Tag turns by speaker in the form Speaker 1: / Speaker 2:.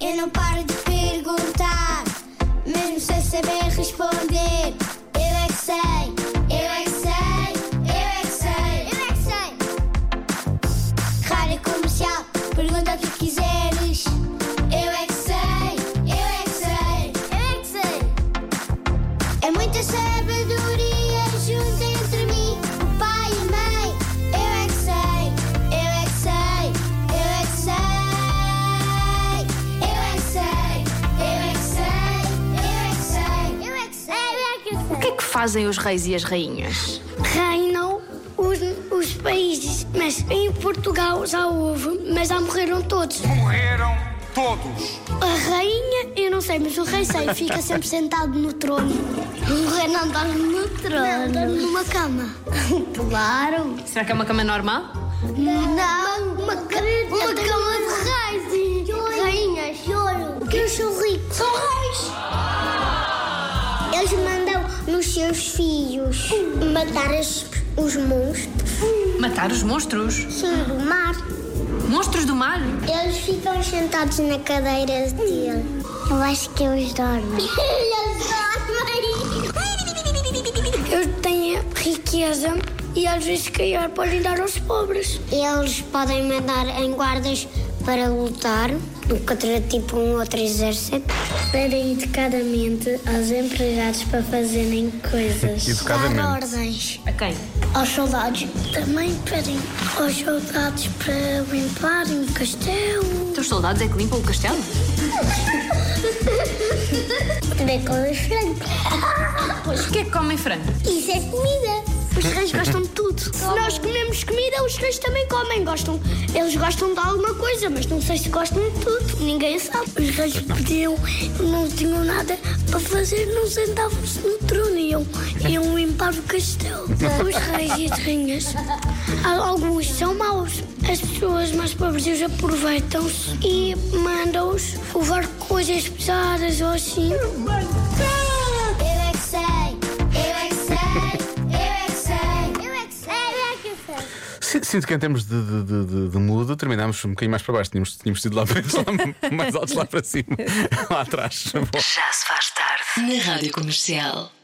Speaker 1: Eu não paro de perguntar, mesmo sem saber responder. Eu é que sei, eu é que sei, eu é que sei, eu é que sei. Rádio é comercial, pergunta o que quiseres. Eu é que sei, eu é que sei, eu é que sei. É muita sabedoria junto entre mim, o pai e a mãe. Eu é que sei, eu é que sei, eu é que sei. Eu é que sei, eu é que sei, eu é que sei. Eu é que sei, eu é que sei.
Speaker 2: O que é que fazem os reis e as rainhas?
Speaker 3: reinam os, os países. Mas em Portugal já houve, mas já morreram todos.
Speaker 4: Morreram todos.
Speaker 3: A rainha, eu não sei, mas o rei sei, fica sempre sentado no trono. O rei não dorme no trono. dorme numa cama. Claro.
Speaker 2: Será que é uma cama normal?
Speaker 3: Não, uma, cama de reis e rainhas. Choro. Porque eu sou rico. São reis.
Speaker 1: Eles mandam nos seus filhos matar os monstros
Speaker 2: Matar os monstros?
Speaker 1: do mar.
Speaker 2: Monstros do mar?
Speaker 1: Eles ficam sentados na cadeira dele. Eu acho que eles dormem. eles dormem!
Speaker 3: Eles têm riqueza e às vezes, se calhar, podem dar aos pobres.
Speaker 1: Eles podem mandar em guardas para lutar contra tipo um outro exército.
Speaker 3: Pedem educadamente aos empregados para fazerem coisas.
Speaker 5: Educadamente.
Speaker 3: Dar ordens
Speaker 2: A quem?
Speaker 3: aos soldados. Também pedem aos soldados para limparem o castelo.
Speaker 2: Então os soldados é que limpam o castelo?
Speaker 3: Também comem frango.
Speaker 2: Pois. O que é que comem frango?
Speaker 3: Isso é comida. Os reis gostam de tudo. Se nós comemos comida, os reis também comem. Gostam, eles gostam de alguma coisa, mas não sei se gostam de tudo. Ninguém sabe. Os reis pediam, não tinham nada para fazer, não sentavam-se no trono. Iam, iam limpar o castelo. Os reis e as rainhas, alguns são maus. As pessoas mais pobres eles aproveitam-se e mandam-os levar coisas pesadas ou assim.
Speaker 1: Eu é que sei, eu é que sei, eu é que sei, eu é que sei, eu é que sei.
Speaker 5: Si- Sinto que em termos de, de, de- de- de mudo terminámos um bocadinho mais para baixo. Tínhamos, tínhamos sido lá, lá mais altos lá para cima, lá atrás. Bom.
Speaker 6: Já se faz tarde. Na Rádio Comercial.